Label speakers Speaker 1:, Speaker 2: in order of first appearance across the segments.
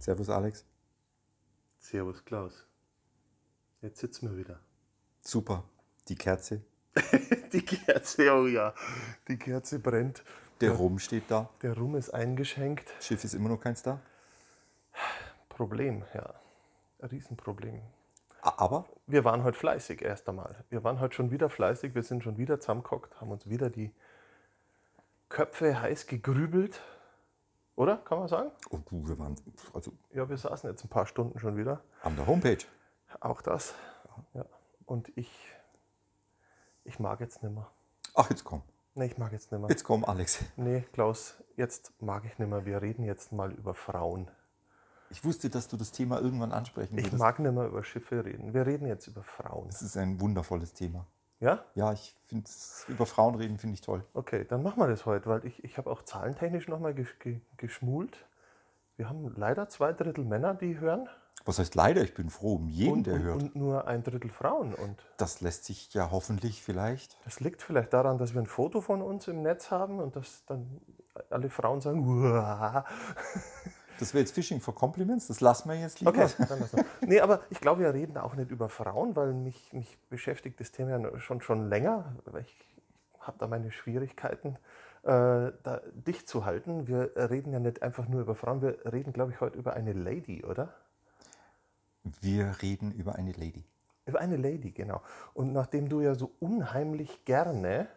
Speaker 1: Servus Alex.
Speaker 2: Servus Klaus. Jetzt sitzen wir wieder.
Speaker 1: Super. Die Kerze,
Speaker 2: Die Kerze, oh ja. Die Kerze brennt.
Speaker 1: der Rum steht da.
Speaker 2: Der Rum ist eingeschenkt.
Speaker 1: Schiff ist immer noch keins da.
Speaker 2: Problem, ja. Ein Riesenproblem.
Speaker 1: A- Aber
Speaker 2: Wir waren heute fleißig erst einmal. Wir waren heute schon wieder fleißig. Wir sind schon wieder zusammengehockt, haben uns wieder die Köpfe heiß gegrübelt. Oder? Kann man sagen?
Speaker 1: oh, du, wir waren also
Speaker 2: Ja, wir saßen jetzt ein paar Stunden schon wieder.
Speaker 1: an der Homepage.
Speaker 2: Auch das. Ja. Und ich, ich mag jetzt nimmer.
Speaker 1: Ach, jetzt komm.
Speaker 2: Nee, ich mag jetzt nimmer.
Speaker 1: Jetzt komm, Alex.
Speaker 2: Nee, Klaus, jetzt mag ich nicht mehr. Wir reden jetzt mal über Frauen.
Speaker 1: Ich wusste, dass du das Thema irgendwann ansprechen
Speaker 2: Ich
Speaker 1: würdest.
Speaker 2: mag nicht mehr über Schiffe reden. Wir reden jetzt über Frauen.
Speaker 1: Es ist ein wundervolles Thema.
Speaker 2: Ja?
Speaker 1: Ja, ich finde, über Frauen reden finde ich toll.
Speaker 2: Okay, dann machen wir das heute, weil ich, ich habe auch zahlentechnisch nochmal gesch ge- geschmult. Wir haben leider zwei Drittel Männer, die hören.
Speaker 1: Was heißt leider? Ich bin froh um jeden,
Speaker 2: und,
Speaker 1: der
Speaker 2: und,
Speaker 1: hört.
Speaker 2: und nur ein Drittel Frauen. Und
Speaker 1: Das lässt sich ja hoffentlich vielleicht.
Speaker 2: das liegt vielleicht daran, dass wir ein Foto von uns im Netz haben und dass dann alle Frauen sagen, Uah.
Speaker 1: Das wäre jetzt Fishing for Compliments. Das lassen wir jetzt lieber.
Speaker 2: Okay, dann lassen wir. Nee, aber ich glaube, wir reden auch nicht über Frauen, weil mich, mich beschäftigt das Thema ja schon, schon länger. Weil ich habe da meine Schwierigkeiten, äh, da dicht zu halten. Wir reden ja nicht einfach nur über Frauen, wir reden, glaube ich, heute über eine Lady, oder?
Speaker 1: Wir reden über eine Lady.
Speaker 2: Über eine Lady, genau. Und nachdem du ja so unheimlich gerne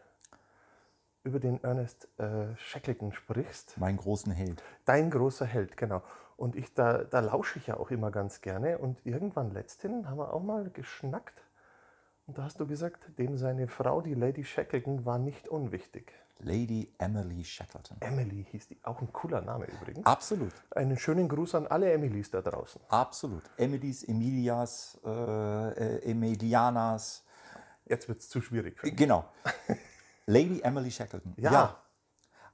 Speaker 2: über den Ernest äh, Shackleton sprichst,
Speaker 1: Mein großen Held.
Speaker 2: Dein großer Held, genau. Und ich, da, da lausche ich ja auch immer ganz gerne. Und irgendwann letzthin haben wir auch mal geschnackt. Und da hast du gesagt, dem seine Frau, die Lady Shackleton, war nicht unwichtig.
Speaker 1: Lady Emily Shackleton.
Speaker 2: Emily hieß die. Auch ein cooler Name übrigens.
Speaker 1: Absolut.
Speaker 2: Einen schönen Gruß an alle Emilys da draußen.
Speaker 1: Absolut. Emilys, Emilias, äh, äh, Emilianas.
Speaker 2: Jetzt wird es zu schwierig für mich.
Speaker 1: Genau. Lady Emily Shackleton.
Speaker 2: Ja.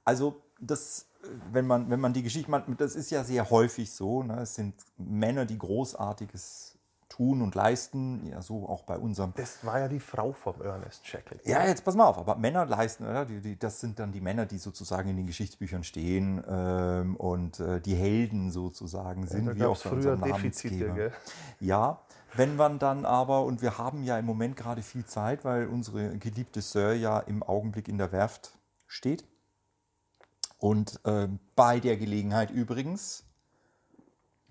Speaker 1: Also das, äh, wenn man, wenn man die Geschichte, man, das ist ja sehr häufig so. Ne? Es sind Männer, die Großartiges tun und leisten. Ja, so auch bei unserem.
Speaker 2: Das war ja die Frau vom Ernest Shackleton.
Speaker 1: Ja, jetzt pass mal auf, aber Männer leisten, oder? Die, die, das sind dann die Männer, die sozusagen in den Geschichtsbüchern stehen ähm, und äh, die Helden sozusagen sind,
Speaker 2: da
Speaker 1: wie auch
Speaker 2: gab's
Speaker 1: bei
Speaker 2: früher
Speaker 1: unserem
Speaker 2: Defizite.
Speaker 1: Namensgeber.
Speaker 2: Gell?
Speaker 1: Ja, wenn man dann aber, und wir haben ja im Moment gerade viel Zeit, weil unsere geliebte Sir ja im Augenblick in der Werft steht. Und äh, bei der Gelegenheit übrigens,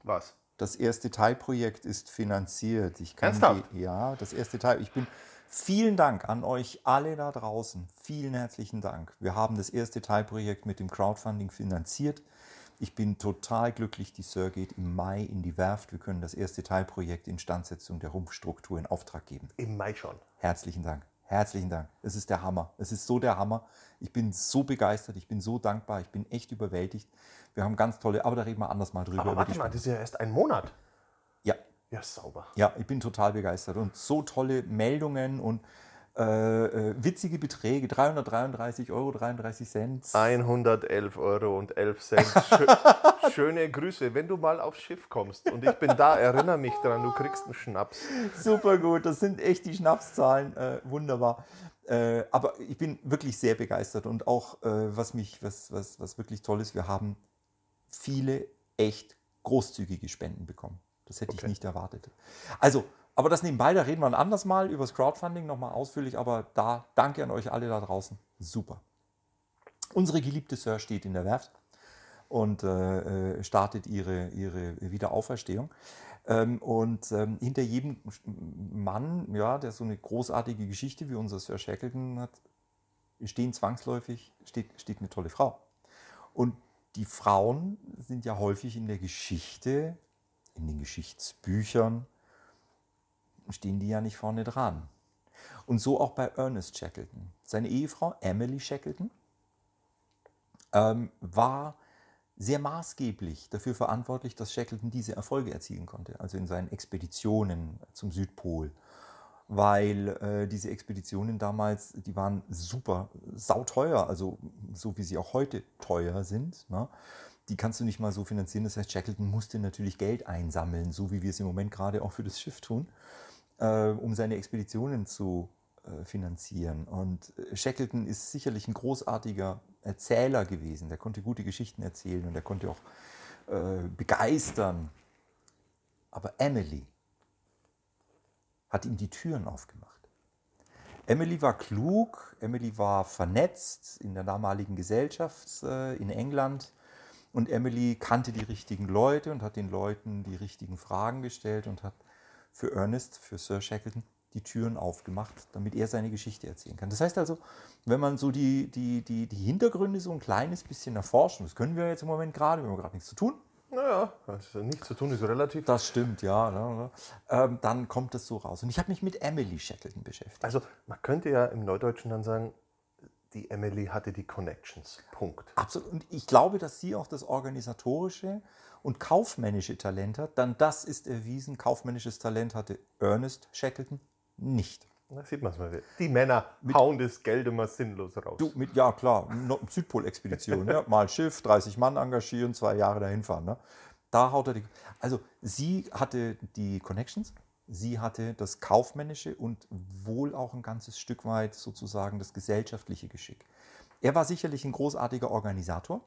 Speaker 2: Was?
Speaker 1: das erste Teilprojekt ist finanziert. Ich kann
Speaker 2: Ernsthaft?
Speaker 1: Die, ja, das erste Teil. Ich bin vielen Dank an euch alle da draußen. Vielen herzlichen Dank. Wir haben das erste Teilprojekt mit dem Crowdfunding finanziert. Ich bin total glücklich, die Sir geht im Mai in die Werft. Wir können das erste Teilprojekt Instandsetzung der Rumpfstruktur in Auftrag geben.
Speaker 2: Im Mai schon.
Speaker 1: Herzlichen Dank. Herzlichen Dank. Es ist der Hammer. Es ist so der Hammer. Ich bin so begeistert. Ich bin so dankbar. Ich bin echt überwältigt. Wir haben ganz tolle, aber da reden wir anders mal drüber.
Speaker 2: Aber
Speaker 1: über
Speaker 2: warte
Speaker 1: die
Speaker 2: mal, das ist ja erst ein Monat.
Speaker 1: Sp- ja,
Speaker 2: Ja, sauber.
Speaker 1: ja, ich bin total begeistert und so tolle Meldungen und äh, äh, witzige Beträge, 333 Euro, 33 Cent.
Speaker 2: 111 Euro und 11 Cent. Schö- Schöne Grüße. Wenn du mal aufs Schiff kommst und ich bin da, erinnere mich dran, du kriegst einen Schnaps.
Speaker 1: Super gut, das sind echt die Schnapszahlen, äh, wunderbar. Äh, aber ich bin wirklich sehr begeistert und auch äh, was mich, was, was, was wirklich toll ist, wir haben viele echt großzügige Spenden bekommen. Das hätte
Speaker 2: Okay.
Speaker 1: ich nicht erwartet. Also, aber das nebenbei, da reden wir ein anderes Mal über das Crowdfunding nochmal ausführlich, aber da danke an euch alle da draußen. Super. Unsere geliebte Sir steht in der Werft und äh, äh, startet ihre, ihre Wiederauferstehung. Ähm, und ähm, hinter jedem Mann, ja, der so eine großartige Geschichte wie unser Sir Shackleton hat, stehen zwangsläufig, steht, steht eine tolle Frau. Und die Frauen sind ja häufig in der Geschichte, in den Geschichtsbüchern, stehen die ja nicht vorne dran. Und so auch bei Ernest Shackleton. Seine Ehefrau Emily Shackleton ähm, war sehr maßgeblich dafür verantwortlich, dass Shackleton diese Erfolge erzielen konnte, also in seinen Expeditionen zum Südpol. Weil äh, diese Expeditionen damals, die waren super sauteuer, also so wie sie auch heute teuer sind. Ne? Die kannst du nicht mal so finanzieren. Das heißt, Shackleton musste natürlich Geld einsammeln, so wie wir es im Moment gerade auch für das Schiff tun, äh, um seine Expeditionen zu äh, finanzieren. Und äh, Shackleton ist sicherlich ein großartiger Erzähler gewesen. Der konnte gute Geschichten erzählen und er konnte auch äh, begeistern. Aber Emily hat ihm die Türen aufgemacht. Emily war klug, Emily war vernetzt in der damaligen Gesellschaft äh, in England und Emily kannte die richtigen Leute und hat den Leuten die richtigen Fragen gestellt und hat für Ernest, für Sir Shackleton die Türen aufgemacht, damit er seine Geschichte erzählen kann. Das heißt also, wenn man so die, die, die, die Hintergründe so ein kleines bisschen erforschen, das können wir jetzt im Moment gerade, wir haben gerade nichts zu tun.
Speaker 2: Naja, also nichts zu tun ist relativ.
Speaker 1: Das stimmt, ja. ja, ja. Ähm, dann kommt das so raus. Und ich habe mich mit Emily Shackleton beschäftigt.
Speaker 2: Also man könnte ja im Neudeutschen dann sagen, die Emily hatte die Connections. Punkt.
Speaker 1: Absolut. Und ich glaube, dass sie auch das organisatorische und kaufmännische Talent hat. Dann das ist erwiesen. Kaufmännisches Talent hatte Ernest Shackleton nicht.
Speaker 2: Da sieht man es mal wieder. Die Männer mit, hauen das Geld immer sinnlos raus.
Speaker 1: Du, mit, ja, klar, Südpolexpedition. ja, mal Schiff, 30 Mann engagieren, zwei Jahre dahin fahren. Ne? Da haut er die. Also, sie hatte die Connections, sie hatte das Kaufmännische und wohl auch ein ganzes Stück weit sozusagen das gesellschaftliche Geschick. Er war sicherlich ein großartiger Organisator,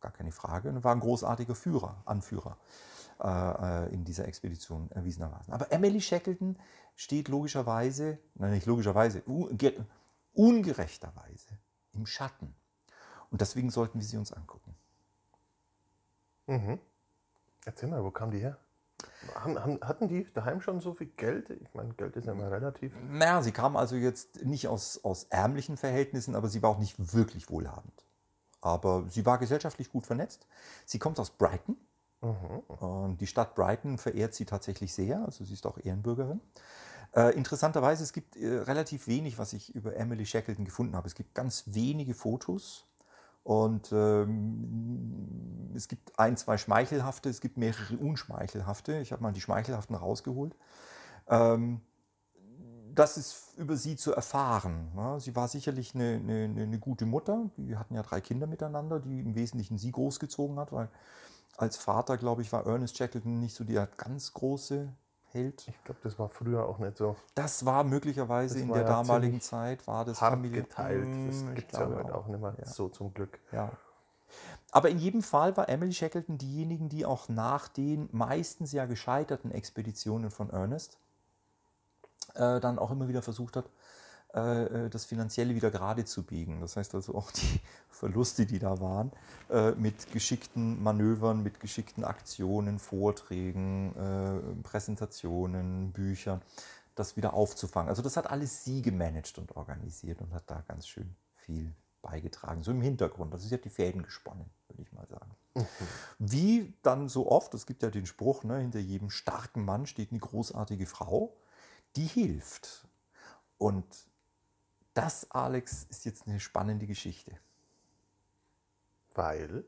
Speaker 1: gar keine Frage, und war ein großartiger Führer, Anführer äh, in dieser Expedition erwiesenermaßen. Aber Emily Shackleton steht logischerweise, nein, nicht logischerweise, ungerechterweise im Schatten. Und deswegen sollten wir sie uns angucken.
Speaker 2: Mhm. Erzähl mal, wo kam die her? Haben, haben, hatten die daheim schon so viel Geld? Ich meine, Geld ist ja immer relativ.
Speaker 1: Naja, sie kam also jetzt nicht aus, aus ärmlichen Verhältnissen, aber sie war auch nicht wirklich wohlhabend. Aber sie war gesellschaftlich gut vernetzt. Sie kommt aus Brighton,
Speaker 2: Mhm.
Speaker 1: und Ähm, die Stadt Brighton verehrt sie tatsächlich sehr, also sie ist auch Ehrenbürgerin. Äh, interessanterweise, es gibt äh, relativ wenig, was ich über Emily Shackleton gefunden habe. Es gibt ganz wenige Fotos und ähm, es gibt ein, zwei schmeichelhafte, es gibt mehrere unschmeichelhafte. Ich habe mal die schmeichelhaften rausgeholt. Ähm, das ist über sie zu erfahren. Ne? Sie war sicherlich eine, eine, eine gute Mutter. Die hatten ja drei Kinder miteinander, die im Wesentlichen sie großgezogen hat, weil als Vater, glaube ich, war Ernest Shackleton nicht so der ganz große Held.
Speaker 2: Ich glaube, das war früher auch nicht so.
Speaker 1: Das war möglicherweise
Speaker 2: Das
Speaker 1: in
Speaker 2: war
Speaker 1: der
Speaker 2: ja
Speaker 1: damaligen
Speaker 2: ziemlich
Speaker 1: Zeit, war das
Speaker 2: Hart
Speaker 1: Familie-
Speaker 2: geteilt.
Speaker 1: Mm,
Speaker 2: Das
Speaker 1: ich
Speaker 2: gibt es ja
Speaker 1: glaube
Speaker 2: heute auch nicht mehr
Speaker 1: Ja.
Speaker 2: so zum Glück.
Speaker 1: Ja. Aber in jedem Fall war Emily Shackleton diejenigen, die auch nach den meistens ja gescheiterten Expeditionen von Ernest äh, dann auch immer wieder versucht hat, äh, äh, das Finanzielle wieder gerade zu biegen. Das heißt also auch die Verluste, die da waren, äh, mit geschickten Manövern, mit geschickten Aktionen, Vorträgen, äh, Präsentationen, Büchern, das wieder aufzufangen. Also das hat alles sie gemanagt und organisiert und hat da ganz schön viel beigetragen, so im Hintergrund. Also sie hat die Fäden gesponnen, würde ich mal sagen. Wie dann so oft, es gibt ja den Spruch, ne, hinter jedem starken Mann steht eine großartige Frau, die hilft. Und das, Alex, ist jetzt eine spannende Geschichte.
Speaker 2: Weil,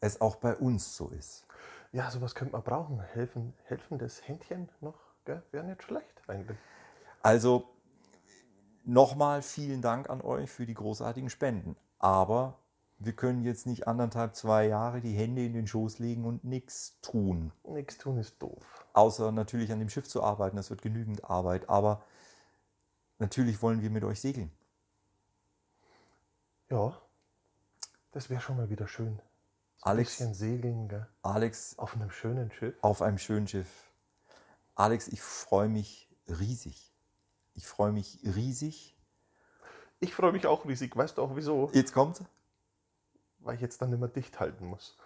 Speaker 1: Es auch bei uns so ist.
Speaker 2: ja, sowas könnte man brauchen. Helfen, helfendes Händchen noch wäre nicht schlecht eigentlich.
Speaker 1: Also nochmal vielen Dank an euch für die großartigen Spenden. Aber wir können jetzt nicht anderthalb, zwei Jahre die Hände in den Schoß legen und nichts tun.
Speaker 2: Nichts tun ist doof.
Speaker 1: außer natürlich an dem Schiff zu arbeiten. Das wird genügend Arbeit, aber natürlich wollen wir mit euch segeln.
Speaker 2: Ja, das wäre schon mal wieder schön. So
Speaker 1: Alex-
Speaker 2: Ein bisschen segeln, gell?
Speaker 1: Alex
Speaker 2: Auf einem schönen Schiff.
Speaker 1: auf einem schönen Schiff. Alex, ich freue mich riesig. Ich freue mich riesig.
Speaker 2: Ich freue mich auch riesig. Weißt du auch wieso?
Speaker 1: Jetzt kommt.
Speaker 2: Weil ich jetzt dann immer dicht halten muss.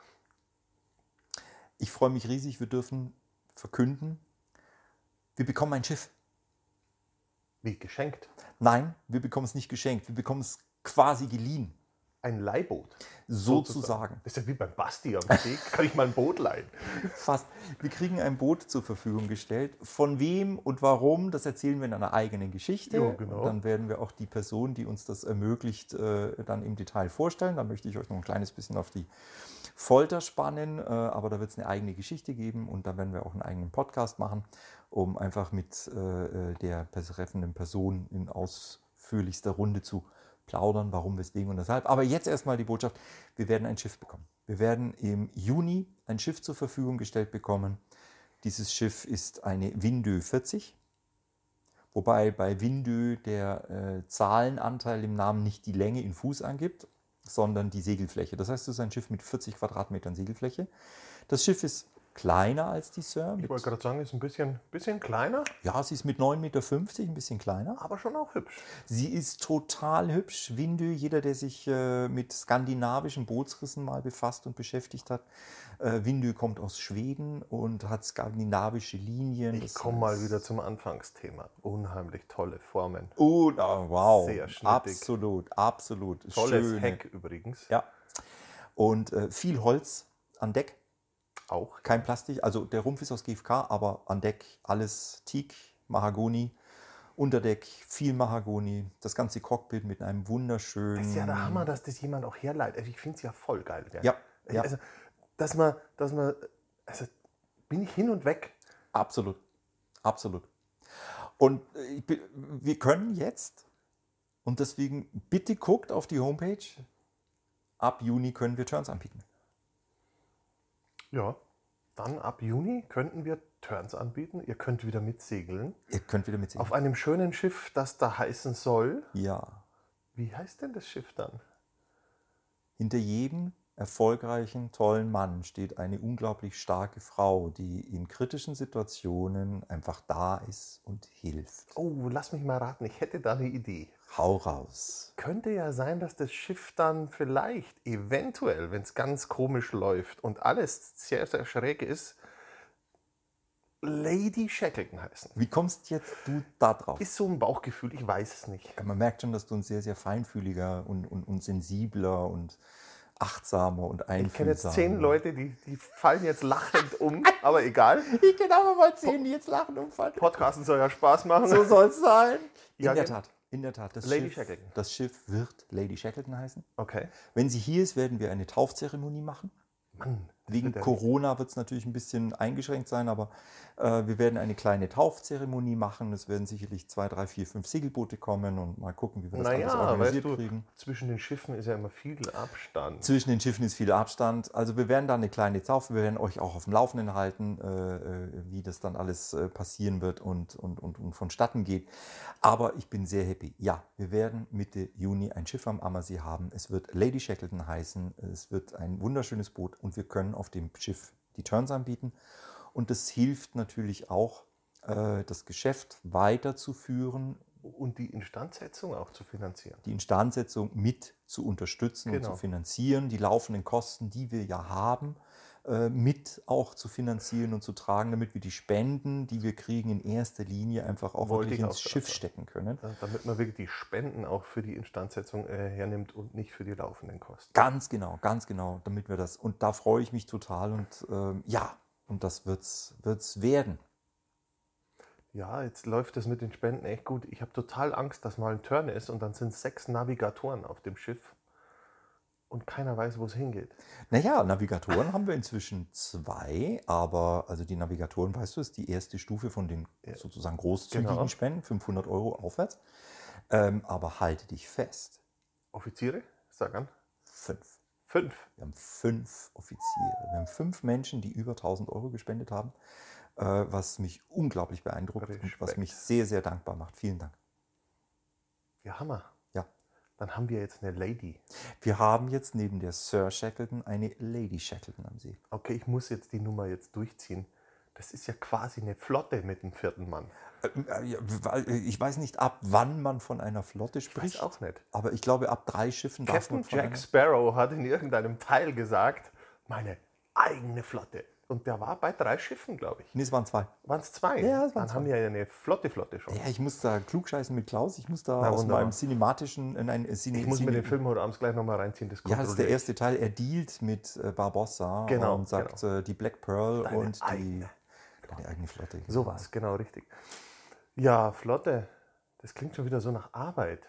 Speaker 1: Ich freue mich riesig. Wir dürfen verkünden. Wir bekommen ein Schiff.
Speaker 2: Wie geschenkt.
Speaker 1: Nein, wir bekommen es nicht geschenkt. Wir bekommen es quasi geliehen.
Speaker 2: ein Leihboot.
Speaker 1: sozusagen.
Speaker 2: Das ist ja wie beim Basti am See. Kann ich mal ein Boot leihen?
Speaker 1: Fast. Wir kriegen ein Boot zur Verfügung gestellt. Von wem und warum, das erzählen wir in einer eigenen Geschichte.
Speaker 2: Ja, genau.
Speaker 1: Und dann werden wir auch die Person, die uns das ermöglicht, äh, dann im Detail vorstellen. Da möchte ich euch noch ein kleines bisschen auf die Folter spannen. Äh, aber da wird es eine eigene Geschichte geben und da werden wir auch einen eigenen Podcast machen, um einfach mit äh, der betreffenden Person in ausführlichster Runde zu plaudern, warum, weswegen und weshalb. Aber jetzt erstmal die Botschaft, wir werden ein Schiff bekommen. Wir werden im Juni ein Schiff zur Verfügung gestellt bekommen. Dieses Schiff ist eine Windö 40, wobei bei Windö der äh, Zahlenanteil im Namen nicht die Länge in Fuß angibt, sondern die Segelfläche. Das heißt, es ist ein Schiff mit 40 Quadratmetern Segelfläche. Das Schiff ist kleiner als die Sir.
Speaker 2: Ich
Speaker 1: Mit,
Speaker 2: wollte gerade sagen, ist ein bisschen, bisschen kleiner,
Speaker 1: ja, sie ist mit 9,50 Meter ein bisschen kleiner.
Speaker 2: aber schon auch hübsch.
Speaker 1: Sie ist total hübsch. Windö, jeder, der sich äh, mit skandinavischen Bootsrissen mal befasst und beschäftigt hat. Äh, Windö kommt aus Schweden und hat skandinavische Linien.
Speaker 2: Ich
Speaker 1: Das
Speaker 2: komme mal
Speaker 1: ist-
Speaker 2: wieder zum Anfangsthema. Unheimlich tolle Formen.
Speaker 1: Oh, na, wow.
Speaker 2: Sehr schnittig.
Speaker 1: absolut, absolut.
Speaker 2: Tolles
Speaker 1: Schöne.
Speaker 2: Heck übrigens.
Speaker 1: Ja. Und äh, viel Holz an Deck,
Speaker 2: Auch.
Speaker 1: kein Plastik. Also der Rumpf ist aus GFK, aber an Deck alles Teak, Mahagoni. Unterdeck viel Mahagoni, das ganze Cockpit mit einem wunderschönen.
Speaker 2: Das ist ja der Hammer, dass das jemand auch herleitet. Also ich finde es ja voll geil. Gell?
Speaker 1: Ja, ja.
Speaker 2: Also, dass man, dass man, also bin ich hin und weg.
Speaker 1: Absolut. Absolut. Und äh, ich, bin- wir können jetzt, und deswegen bitte guckt auf die Homepage, ab Juni können wir Turns anbieten.
Speaker 2: Ja. Dann ab Juni könnten wir Turns anbieten. Ihr könnt wieder mitsegeln.
Speaker 1: Ihr könnt wieder mitsehen.
Speaker 2: Auf einem schönen Schiff, das da heißen soll.
Speaker 1: ja.
Speaker 2: Wie heißt denn das Schiff dann?
Speaker 1: Hinter jedem erfolgreichen, tollen Mann steht eine unglaublich starke Frau, die in kritischen Situationen einfach da ist und hilft.
Speaker 2: Oh, lass mich mal raten. Ich hätte da eine Idee.
Speaker 1: Hau raus.
Speaker 2: Könnte ja sein, dass das Schiff dann vielleicht, eventuell, wenn es ganz komisch läuft und alles sehr, sehr schräg ist, Lady Shackleton heißen.
Speaker 1: Wie kommst jetzt du da drauf?
Speaker 2: Ist so ein Bauchgefühl, ich weiß es nicht.
Speaker 1: Ja, Man merkt schon, dass du ein sehr, sehr feinfühliger und, und, und sensibler und achtsamer und einfühlsamer.
Speaker 2: Ich kenne jetzt zehn Leute, die, die fallen jetzt lachend um, aber egal.
Speaker 1: Ich kenne aber mal zehn, die jetzt lachen um umfallen.
Speaker 2: Podcasten soll ja Spaß machen.
Speaker 1: So soll es sein. In
Speaker 2: Ja,
Speaker 1: der
Speaker 2: genau.
Speaker 1: Tat. In der Tat. Das
Speaker 2: Lady
Speaker 1: Schiff,
Speaker 2: Shackleton.
Speaker 1: Das Schiff wird Lady Shackleton heißen.
Speaker 2: Okay.
Speaker 1: Wenn sie hier ist, werden wir eine Taufzeremonie machen.
Speaker 2: Mann. das
Speaker 1: Wegen
Speaker 2: wird ja-
Speaker 1: Corona wird es natürlich ein bisschen eingeschränkt sein, aber äh, wir werden eine kleine Taufzeremonie machen. Es werden sicherlich zwei, drei, vier, fünf Segelboote kommen und mal gucken, wie wir das alles
Speaker 2: Naja, weißt
Speaker 1: organisiert
Speaker 2: du,
Speaker 1: kriegen.
Speaker 2: zwischen den Schiffen ist ja immer viel Abstand.
Speaker 1: Zwischen den Schiffen ist viel Abstand. Also wir werden da eine kleine Taufe, wir werden euch auch auf dem Laufenden halten, äh, äh, wie das dann alles äh, passieren wird und, und, und, und vonstatten geht. Aber ich bin sehr happy. Ja, wir werden Mitte Juni ein Schiff am Ammersee haben. Es wird Lady Shackleton heißen. Es wird ein wunderschönes Boot und wir können auf dem Schiff die Turns anbieten. Und das hilft natürlich auch, äh, das Geschäft weiterzuführen,
Speaker 2: Und die Instandsetzung auch zu finanzieren.
Speaker 1: die Instandsetzung mit zu unterstützen
Speaker 2: Genau.
Speaker 1: und zu finanzieren, die laufenden Kosten, die wir ja haben, äh, mit auch zu finanzieren und zu tragen, damit wir die Spenden, die wir kriegen, in erster Linie einfach auch
Speaker 2: Wollte
Speaker 1: wirklich
Speaker 2: ich
Speaker 1: ins
Speaker 2: auch gerade
Speaker 1: Schiff
Speaker 2: sagen.
Speaker 1: stecken können.
Speaker 2: Ja, Damit man wirklich die Spenden auch für die Instandsetzung äh, hernimmt und nicht für die laufenden Kosten.
Speaker 1: Ganz genau, ganz genau, damit wir das. Und da freue ich mich total und ähm, ja, und das wird's, wird's werden.
Speaker 2: Ja, jetzt läuft das mit den Spenden echt gut. Ich habe total Angst, dass mal ein Turn ist und dann sind sechs Navigatoren auf dem Schiff und keiner weiß, wo es hingeht.
Speaker 1: Naja, Navigatoren haben wir inzwischen zwei, aber also die Navigatoren, weißt du, ist die erste Stufe von den äh,
Speaker 2: Ja.
Speaker 1: sozusagen großzügigen
Speaker 2: Äh, Genau.
Speaker 1: Spenden, 500 Euro aufwärts. Ähm, aber halte dich fest,
Speaker 2: Offiziere? Sag an.
Speaker 1: fünf.
Speaker 2: Fünf.
Speaker 1: Wir haben fünf Offiziere, wir haben fünf Menschen, die über 1000 Euro gespendet haben, äh, was mich unglaublich beeindruckt und was
Speaker 2: Respekt.
Speaker 1: mich sehr, sehr dankbar macht. Vielen Dank.
Speaker 2: Ja, Hammer.
Speaker 1: Ja.
Speaker 2: Dann haben wir jetzt eine Lady.
Speaker 1: Wir haben jetzt neben der Sir Shackleton eine Lady Shackleton am See.
Speaker 2: Okay, ich muss jetzt die Nummer jetzt durchziehen. Das ist ja quasi eine Flotte mit dem vierten Mann.
Speaker 1: Ähm, äh, ja, weil, äh, Ich weiß nicht, ab wann man von einer Flotte
Speaker 2: Ich weiß
Speaker 1: spricht.
Speaker 2: auch nicht.
Speaker 1: Aber ich glaube, ab drei Schiffen darf
Speaker 2: Captain
Speaker 1: man von
Speaker 2: Jack Sparrow hat in irgendeinem Teil gesagt, meine eigene Flotte. Und der war bei drei Schiffen, glaube ich.
Speaker 1: Nee, es waren zwei.
Speaker 2: Waren es zwei?
Speaker 1: Ja, es waren
Speaker 2: Dann haben wir ja eine flotte Flotte schon.
Speaker 1: Ja, ich muss da klugscheißen mit Klaus. Ich muss da
Speaker 2: Na,
Speaker 1: aus
Speaker 2: wunderbar.
Speaker 1: meinem cinematischen, äh, nein, äh, Cine,
Speaker 2: Ich muss mir
Speaker 1: Cine,
Speaker 2: den Film heute abends gleich nochmal reinziehen. Das
Speaker 1: Ja, das ist der
Speaker 2: kontrolliere
Speaker 1: erste Teil. Er dealt mit äh, Barbossa
Speaker 2: Genau,
Speaker 1: und sagt äh, die Black Pearl
Speaker 2: Deine
Speaker 1: und die
Speaker 2: eigene.
Speaker 1: deine eigene Flotte.
Speaker 2: ich. So was, genau, richtig. Ja, Flotte. Das klingt schon wieder so nach Arbeit.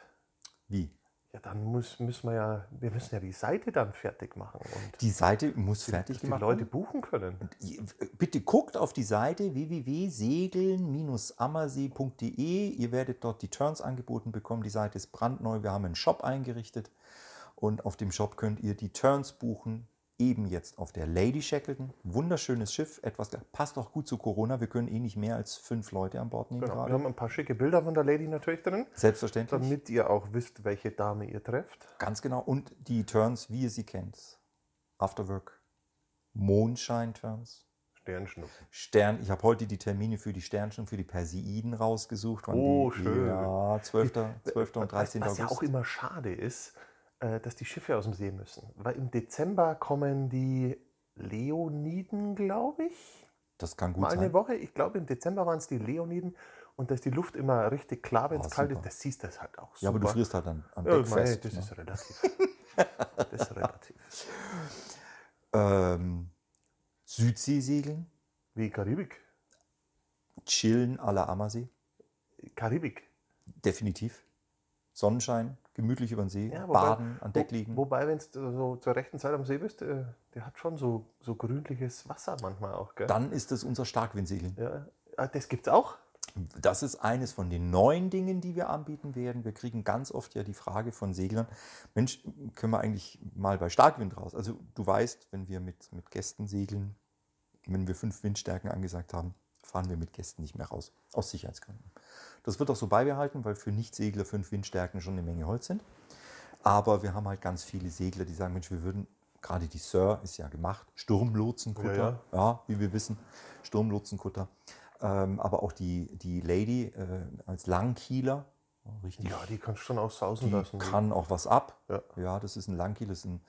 Speaker 1: Wie?
Speaker 2: Ja, dann muss, müssen wir ja, wir müssen ja die Seite dann fertig machen und
Speaker 1: Die Seite muss fertig
Speaker 2: dass die
Speaker 1: gemacht
Speaker 2: Leute buchen können.
Speaker 1: werden. Bitte guckt auf die Seite www.segeln-ammersee.de. Ihr werdet dort die Turns angeboten bekommen. Die Seite ist brandneu. Wir haben einen Shop eingerichtet und auf dem Shop könnt ihr die Turns buchen. Eben jetzt auf der Lady Shackleton. Wunderschönes Schiff. Etwas passt auch gut zu Corona. Wir können eh nicht mehr als fünf Leute an Bord nehmen
Speaker 2: Genau. Wir
Speaker 1: gerade.
Speaker 2: haben ein paar schicke Bilder von der Lady natürlich drin,
Speaker 1: Selbstverständlich.
Speaker 2: damit ihr auch wisst, welche Dame ihr trefft.
Speaker 1: Ganz genau. Und die Turns, wie ihr sie kennt. Afterwork, Mondschein-Turns,
Speaker 2: Sternschnuppen.
Speaker 1: Stern. Ich habe heute die Termine für die Sternchen, für die Perseiden rausgesucht. wann
Speaker 2: Oh,
Speaker 1: die,
Speaker 2: schön.
Speaker 1: Ja, 12. 12. und 13.
Speaker 2: Was ja auch
Speaker 1: August.
Speaker 2: immer schade ist, äh, dass die Schiffe aus dem See müssen. Weil im Dezember kommen die Leoniden, glaube ich.
Speaker 1: Das kann gut
Speaker 2: Mal eine
Speaker 1: sein.
Speaker 2: Woche. Ich glaube, im Dezember waren es die Leoniden. Und da ist die Luft immer richtig klar, wenn es
Speaker 1: Ah,
Speaker 2: kalt
Speaker 1: super.
Speaker 2: ist. Das siehst du das halt auch super.
Speaker 1: Ja, aber du frierst halt dann am
Speaker 2: Ja,
Speaker 1: Deck
Speaker 2: ich meine,
Speaker 1: fest.
Speaker 2: das
Speaker 1: ne?
Speaker 2: ist relativ. das ist relativ.
Speaker 1: ähm, Südsee segeln,
Speaker 2: Wie Karibik.
Speaker 1: chillen à la Ammersee.
Speaker 2: Karibik.
Speaker 1: Definitiv. Sonnenschein, gemütlich über den See,
Speaker 2: Ja, wobei-
Speaker 1: baden, an Deck
Speaker 2: Wo-
Speaker 1: liegen.
Speaker 2: Wobei, wenn du so zur rechten Zeit am See bist, äh, der hat schon so, so grünliches Wasser manchmal auch. Gell?
Speaker 1: Dann ist das unser Starkwindsegeln.
Speaker 2: ja. Ah, Das gibt's auch.
Speaker 1: Das ist eines von den neuen Dingen, die wir anbieten werden. Wir kriegen ganz oft ja die Frage von Seglern, Mensch, können wir eigentlich mal bei Starkwind raus? Also du weißt, wenn wir mit, mit Gästen segeln, wenn wir fünf Windstärken angesagt haben, fahren wir mit Gästen nicht mehr raus, aus Sicherheitsgründen. Das wird auch so beibehalten, weil für Nichtsegler fünf Windstärken schon eine Menge Holz sind. Aber wir haben halt ganz viele Segler, die sagen, Mensch, wir würden, gerade die Sir ist ja gemacht, Sturmlotsenkutter, ja,
Speaker 2: Ja,
Speaker 1: wie wir wissen, Sturmlotsenkutter. Ähm, aber auch die, die Lady äh, als Langkieler, richtig,
Speaker 2: Ja, die kannst du schon auch sausen
Speaker 1: die
Speaker 2: lassen.
Speaker 1: kann auch was ab.
Speaker 2: Ja.
Speaker 1: das ist ein Langkiel, das ist ein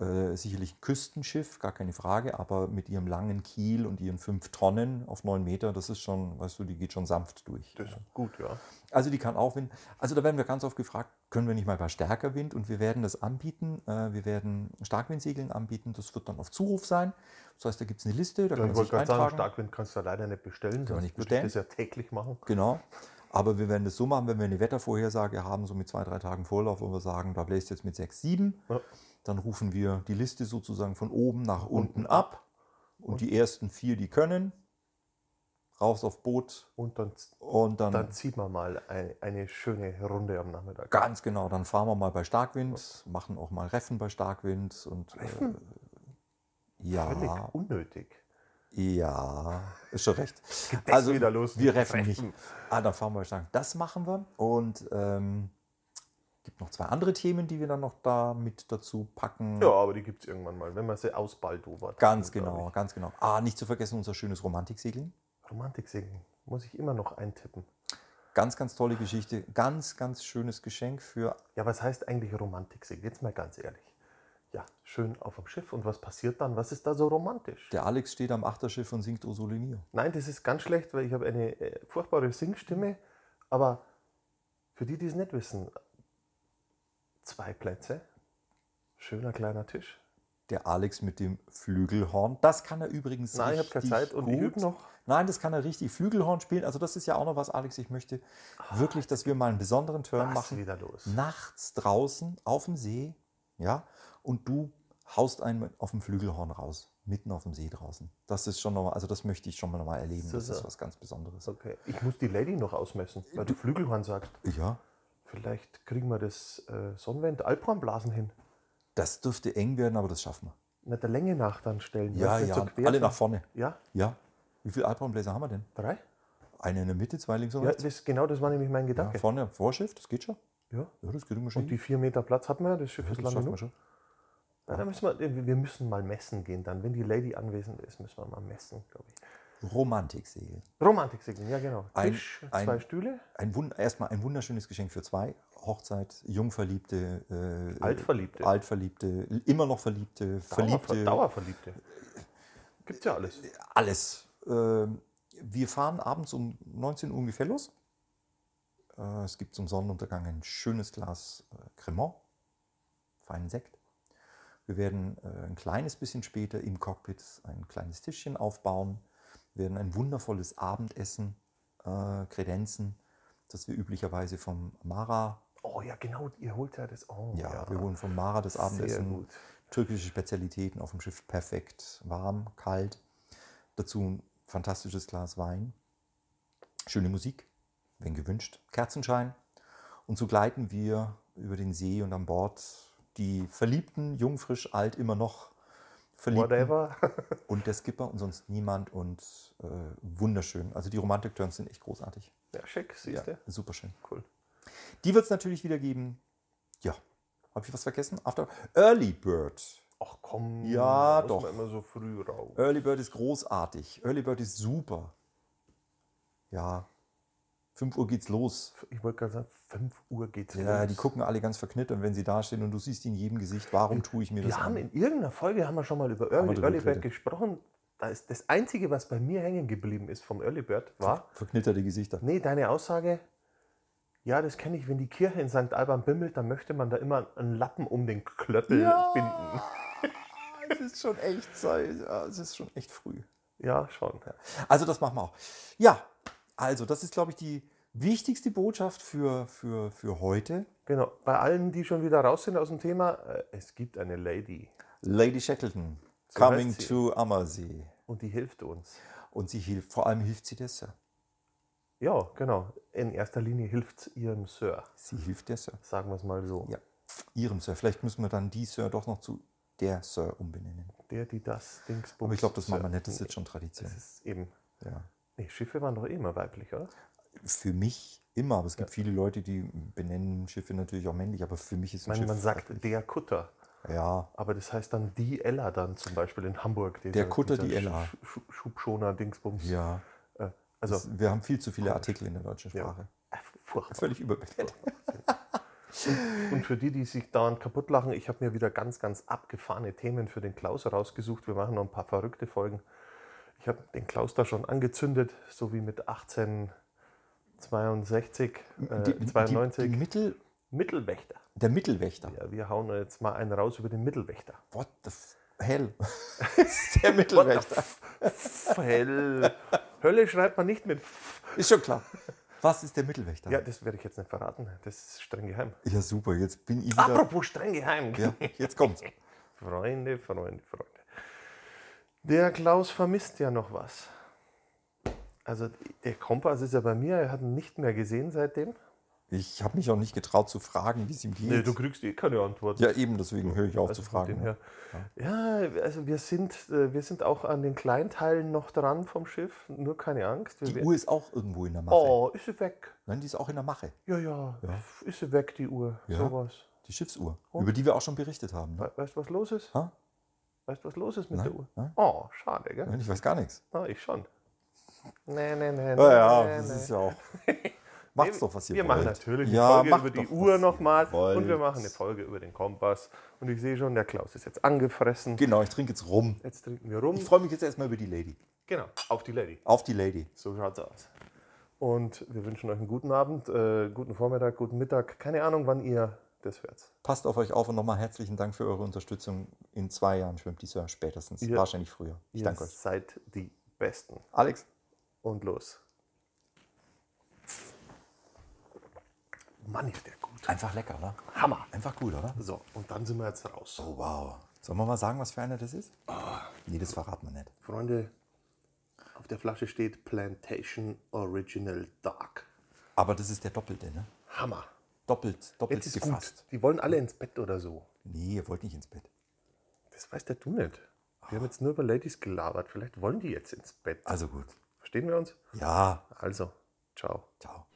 Speaker 1: äh, sicherlich ein Küstenschiff, gar keine Frage, aber mit ihrem langen Kiel und ihren fünf Tonnen auf neun Meter, das ist schon, weißt du, die geht schon sanft durch.
Speaker 2: Das ist gut, ja.
Speaker 1: Also die kann auch Wind. Also da werden wir ganz oft gefragt, können wir nicht mal bei stärker Wind? Und wir werden das anbieten. Äh, Wir werden Starkwindsegeln anbieten. Das wird dann auf Zuruf sein. Das heißt, da gibt es eine Liste, da kann
Speaker 2: Ich
Speaker 1: man
Speaker 2: wollte
Speaker 1: sich
Speaker 2: gerade sagen,
Speaker 1: eintragen.
Speaker 2: Starkwind kannst du leider nicht bestellen,
Speaker 1: man
Speaker 2: sonst
Speaker 1: nicht
Speaker 2: würde ich das ja täglich machen.
Speaker 1: Genau. Aber wir werden das so machen, wenn wir eine Wettervorhersage haben, so mit zwei, drei Tagen Vorlauf, wo wir sagen, da bläst jetzt mit sechs, sieben.
Speaker 2: Ja.
Speaker 1: Dann rufen wir die Liste sozusagen von oben nach unten ab. Und die ersten vier, die können, raus auf Boot
Speaker 2: Und dann,
Speaker 1: und dann,
Speaker 2: dann zieht man mal ein, eine schöne Runde am Nachmittag.
Speaker 1: Ganz genau, dann fahren wir mal bei Starkwind, machen auch mal Reffen bei Starkwind und
Speaker 2: Treffen?
Speaker 1: Äh, ja,
Speaker 2: Völlig unnötig.
Speaker 1: ja, ist schon recht.
Speaker 2: das wieder los
Speaker 1: Also, wir
Speaker 2: mit
Speaker 1: reffen nicht.
Speaker 2: Treffen?
Speaker 1: Ah, dann fahren wir bei Starkwind. Das machen wir und ähm, gibt noch zwei andere Themen, die wir dann noch da mit dazu packen.
Speaker 2: Ja, aber die gibt es irgendwann mal, wenn man sie ausbaldobert. ähm,
Speaker 1: Ganz
Speaker 2: glaub
Speaker 1: genau, ganz genau. Ah, nicht zu vergessen unser schönes Romantiksegeln.
Speaker 2: ich. Romantik singen muss ich immer noch eintippen.
Speaker 1: Ganz, ganz tolle Geschichte. Ganz, ganz schönes Geschenk für
Speaker 2: Ja, was heißt eigentlich Romantik singen? Jetzt mal ganz ehrlich. Ja, schön auf dem Schiff. Und was passiert dann? Was ist da so romantisch?
Speaker 1: der Alex steht am Achterschiff und singt O Sole Mio.
Speaker 2: Nein, das ist ganz schlecht, weil ich habe eine äh, furchtbare Singstimme. Aber für die, die es nicht wissen, zwei Plätze, schöner kleiner Tisch.
Speaker 1: Der Alex mit dem Flügelhorn. Das kann er übrigens
Speaker 2: Nein, ich habe
Speaker 1: richtig
Speaker 2: keine Zeit und ich
Speaker 1: gut.
Speaker 2: übe noch.
Speaker 1: Nein, das kann er richtig Flügelhorn spielen. Also das ist ja auch noch was, Alex. Ich möchte wirklich, dass wir mal einen besonderen Turn
Speaker 2: Was
Speaker 1: machen.
Speaker 2: wieder los?
Speaker 1: Nachts draußen auf dem See, ja, und du haust einen auf dem Flügelhorn raus, mitten auf dem See draußen. Das ist schon nochmal, also das möchte ich schon mal noch mal erleben.
Speaker 2: So,
Speaker 1: Das ist
Speaker 2: so.
Speaker 1: was ganz Besonderes.
Speaker 2: Okay. Ich muss die Lady noch ausmessen, weil du Flügelhorn sagst.
Speaker 1: Ja,
Speaker 2: Vielleicht kriegen wir das äh, Sonnenwend Alphornblasen hin.
Speaker 1: das dürfte eng werden, aber das schaffen wir.
Speaker 2: Na, der Länge nach dann stellen.
Speaker 1: Ja,
Speaker 2: weißt du,
Speaker 1: ja,
Speaker 2: so quer
Speaker 1: alle
Speaker 2: sind.
Speaker 1: nach vorne.
Speaker 2: Ja,
Speaker 1: Ja. Wie viele Alphornbläser haben wir denn?
Speaker 2: drei?
Speaker 1: Eine in der Mitte, zwei links und
Speaker 2: Ja,
Speaker 1: rechts.
Speaker 2: das, genau das war nämlich mein
Speaker 1: Ja,
Speaker 2: Gedanke.
Speaker 1: vorne Vorschiff, das geht schon.
Speaker 2: Ja,
Speaker 1: Ja, das geht immer
Speaker 2: Und
Speaker 1: schon.
Speaker 2: die vier Meter Platz hatten wir, das Schiff
Speaker 1: das
Speaker 2: ist lang
Speaker 1: schafft man
Speaker 2: genug.
Speaker 1: schon.
Speaker 2: Ja, dann müssen wir, wir müssen mal messen gehen dann. Wenn die Lady anwesend ist, müssen wir mal messen, glaube ich.
Speaker 1: Romantiksegel.
Speaker 2: Romantik-Singen, ja genau.
Speaker 1: Ein-
Speaker 2: Tisch,
Speaker 1: ein-
Speaker 2: zwei Stühle.
Speaker 1: Ein Wund erstmal ein wunderschönes Geschenk für zwei. Hochzeit, Jungverliebte, äh,
Speaker 2: Altverliebte.
Speaker 1: Altverliebte, immer noch Verliebte,
Speaker 2: Dauerver-
Speaker 1: Verliebte.
Speaker 2: Dauerverliebte. Gibt's ja alles.
Speaker 1: Alles. Ähm, wir fahren abends um 19 Uhr ungefähr los. Äh, es gibt zum Sonnenuntergang ein schönes Glas äh, Cremant, feinen Sekt. Wir werden äh, ein kleines bisschen später im Cockpit ein kleines Tischchen aufbauen, werden ein wundervolles Abendessen äh, kredenzen, das wir üblicherweise vom Mara,
Speaker 2: Oh ja, genau, ihr holt ja das. Oh,
Speaker 1: ja, wir holen vom Mara das
Speaker 2: Sehr
Speaker 1: Abendessen
Speaker 2: gut.
Speaker 1: türkische Spezialitäten auf dem Schiff perfekt warm, kalt. Dazu ein fantastisches Glas Wein, schöne Musik, wenn gewünscht, Kerzenschein. Und so gleiten wir über den See und an Bord die Verliebten, jung, frisch, alt, immer noch Verliebten
Speaker 2: Whatever.
Speaker 1: und der Skipper und sonst niemand und äh, wunderschön. Also die Romantik-Turns sind echt großartig.
Speaker 2: Ja, schick,
Speaker 1: Ja,
Speaker 2: siehst du.
Speaker 1: super schön.
Speaker 2: Cool.
Speaker 1: Die wird es natürlich wieder geben. Ja, habe ich was vergessen? After Early Bird.
Speaker 2: Ach komm,
Speaker 1: Ja,
Speaker 2: muss
Speaker 1: doch.
Speaker 2: Man immer so früh raus.
Speaker 1: Early Bird ist großartig. Early Bird ist super. Ja. 5 Uhr geht's los.
Speaker 2: Äh, Ich wollte gerade sagen, 5 Uhr geht's
Speaker 1: Ja,
Speaker 2: los.
Speaker 1: die gucken alle ganz verknittert, wenn sie dastehen und du siehst in jedem Gesicht, warum tue ich mir das
Speaker 2: Wir haben
Speaker 1: an?
Speaker 2: in irgendeiner Folge haben wir schon mal über
Speaker 1: wir
Speaker 2: Early,
Speaker 1: drüber
Speaker 2: Early Bird
Speaker 1: geredet.
Speaker 2: gesprochen. Da ist das Einzige, was bei mir hängen geblieben ist vom Early Bird, war,
Speaker 1: Verknitterte Gesichter.
Speaker 2: nee, deine Aussage, ja, das kenne ich, wenn die Kirche in St. Alban bimmelt, dann möchte man da immer einen Lappen um den Klöppel binden.
Speaker 1: es ist schon echt, ja, es ist schon echt früh.
Speaker 2: Ja, schon.
Speaker 1: Also das machen wir auch. Ja, also das ist, glaube ich, die wichtigste Botschaft für, für, für heute.
Speaker 2: Genau. Bei allen, die schon wieder raus sind aus dem Thema, äh, es gibt eine Lady
Speaker 1: Lady Shackleton,
Speaker 2: So heißt
Speaker 1: coming
Speaker 2: sie.
Speaker 1: to Ammersee.
Speaker 2: und die hilft uns.
Speaker 1: Und sie hilft, vor allem hilft sie der Sir.
Speaker 2: Ja, genau. In erster Linie hilft ihrem Sir,
Speaker 1: Sie hilft der Sir.
Speaker 2: sagen wir es mal so.
Speaker 1: Ja. Ihrem Sir. Vielleicht müssen wir dann die Sir doch noch zu der Sir umbenennen.
Speaker 2: Der, die das Dingsbums.
Speaker 1: Aber ich glaube, das machen wir nicht.
Speaker 2: Sir.
Speaker 1: Das ist
Speaker 2: Nee,
Speaker 1: jetzt schon
Speaker 2: Das
Speaker 1: Tradition.
Speaker 2: ist eben.
Speaker 1: Ja.
Speaker 2: Nee, Schiffe waren doch eh immer weiblich, oder?
Speaker 1: Für mich immer. Aber es gibt viele Leute, die benennen Schiffe natürlich auch männlich. Aber für mich ist ein
Speaker 2: Man,
Speaker 1: Schiff.
Speaker 2: man sagt der Kutter,
Speaker 1: ja,
Speaker 2: aber das heißt dann die Ella dann zum Beispiel in Hamburg. Dieser,
Speaker 1: Der Kutter,
Speaker 2: dieser
Speaker 1: die Ella.
Speaker 2: Sch- Sch- Schubschoner, Dingsbums.
Speaker 1: ja.
Speaker 2: Äh,
Speaker 1: Das,
Speaker 2: Also,
Speaker 1: wir haben viel zu viele Artikel in der deutschen
Speaker 2: Ja.
Speaker 1: Sprache.
Speaker 2: äh, furchtbar.
Speaker 1: Völlig überbewertet.
Speaker 2: Und für die, die sich daran kaputt lachen, ich habe mir wieder ganz, ganz abgefahrene Themen für den Klaus rausgesucht. Wir machen noch ein paar verrückte Folgen. Ich habe den Klaus da schon angezündet, so wie mit 1862, äh,
Speaker 1: Die- die- Die,
Speaker 2: 92.
Speaker 1: die Mittel,
Speaker 2: Mittelwächter.
Speaker 1: der Mittelwächter.
Speaker 2: Ja, wir hauen jetzt mal einen raus über den Mittelwächter.
Speaker 1: What the f- hell? ist der Mittelwächter.
Speaker 2: Fell. Hölle schreibt man nicht mit. F.
Speaker 1: Ist schon klar. Was ist der Mittelwächter?
Speaker 2: Ja, das werde ich jetzt nicht verraten. Das ist streng geheim.
Speaker 1: Ja, super. Jetzt bin ich wieder.
Speaker 2: Apropos streng geheim.
Speaker 1: Ja, jetzt kommt's.
Speaker 2: Freunde, Freunde, Freunde. Der Klaus vermisst ja noch was. Also der Kompass ist ja bei mir, er hat ihn nicht mehr gesehen seitdem.
Speaker 1: Ich habe mich auch nicht getraut zu fragen, wie es ihm geht.
Speaker 2: kriegst eh keine Antwort.
Speaker 1: ja, eben, deswegen höre ich auf zu
Speaker 2: Von dem
Speaker 1: fragen.
Speaker 2: her. Ja, also wir sind, äh, wir sind auch an den Kleinteilen noch dran vom Schiff, nur keine Angst. Wir
Speaker 1: Die
Speaker 2: we-
Speaker 1: Uhr ist auch irgendwo in der Mache.
Speaker 2: oh, ist sie weg.
Speaker 1: Nein, die ist auch in der Mache.
Speaker 2: Ja, ja,
Speaker 1: Ja.
Speaker 2: ist sie weg, die Uhr.
Speaker 1: Ja.
Speaker 2: Sowas.
Speaker 1: Die Schiffsuhr,
Speaker 2: Oh.
Speaker 1: über die wir auch schon berichtet haben. Ne?
Speaker 2: We weißt du, was los ist?
Speaker 1: Ha?
Speaker 2: Weißt du, was los ist mit
Speaker 1: Nein,
Speaker 2: der Uhr?
Speaker 1: nein.
Speaker 2: Oh, schade, gell?
Speaker 1: Nein, Ich weiß gar nichts.
Speaker 2: Na, ich schon. Nee, nee, nee.
Speaker 1: Ja, ja,
Speaker 2: nee,
Speaker 1: das
Speaker 2: nee.
Speaker 1: ist ja auch. Macht's doch, was ihr
Speaker 2: Wir
Speaker 1: wollt.
Speaker 2: machen natürlich eine
Speaker 1: ja,
Speaker 2: Folge
Speaker 1: macht
Speaker 2: über die
Speaker 1: doch,
Speaker 2: Uhr
Speaker 1: was
Speaker 2: nochmal
Speaker 1: ihr
Speaker 2: und wir
Speaker 1: wollt.
Speaker 2: machen eine Folge über den Kompass. Und ich sehe schon, der Klaus ist jetzt angefressen.
Speaker 1: Genau, ich trinke jetzt rum.
Speaker 2: Jetzt trinken wir rum.
Speaker 1: Ich freue mich jetzt erstmal über die Lady.
Speaker 2: Genau, auf die Lady.
Speaker 1: Auf die Lady.
Speaker 2: So schaut's aus. Und wir wünschen euch einen guten Abend, äh, guten Vormittag, guten Mittag. Keine Ahnung, wann ihr das hört.
Speaker 1: Passt auf euch auf und nochmal herzlichen Dank für eure Unterstützung. In zwei Jahren schwimmt die Sir spätestens.
Speaker 2: Ja.
Speaker 1: Wahrscheinlich früher. Ich
Speaker 2: Ihr
Speaker 1: danke euch.
Speaker 2: seid die Besten.
Speaker 1: Alex.
Speaker 2: Und los. Mann, ist der gut.
Speaker 1: Einfach lecker, oder?
Speaker 2: Hammer.
Speaker 1: Einfach gut, oder?
Speaker 2: So, und dann sind wir jetzt raus.
Speaker 1: Oh, wow. Sollen wir mal sagen, was für einer das ist?
Speaker 2: Ah.
Speaker 1: Nee, das verraten wir nicht.
Speaker 2: Freunde, auf der Flasche steht Plantation Original Dark.
Speaker 1: Aber das ist der Doppelte, ne?
Speaker 2: Hammer.
Speaker 1: Doppelt, doppelt
Speaker 2: Jetzt ist
Speaker 1: gefasst.
Speaker 2: gut. Die wollen alle ins Bett oder so.
Speaker 1: Nee, ihr wollt nicht ins Bett.
Speaker 2: Das weiß der du nicht. Wir haben jetzt nur über Ladies gelabert. Vielleicht wollen die jetzt ins Bett.
Speaker 1: Also gut.
Speaker 2: Verstehen wir uns?
Speaker 1: Ja,
Speaker 2: Also, ciao.
Speaker 1: ciao.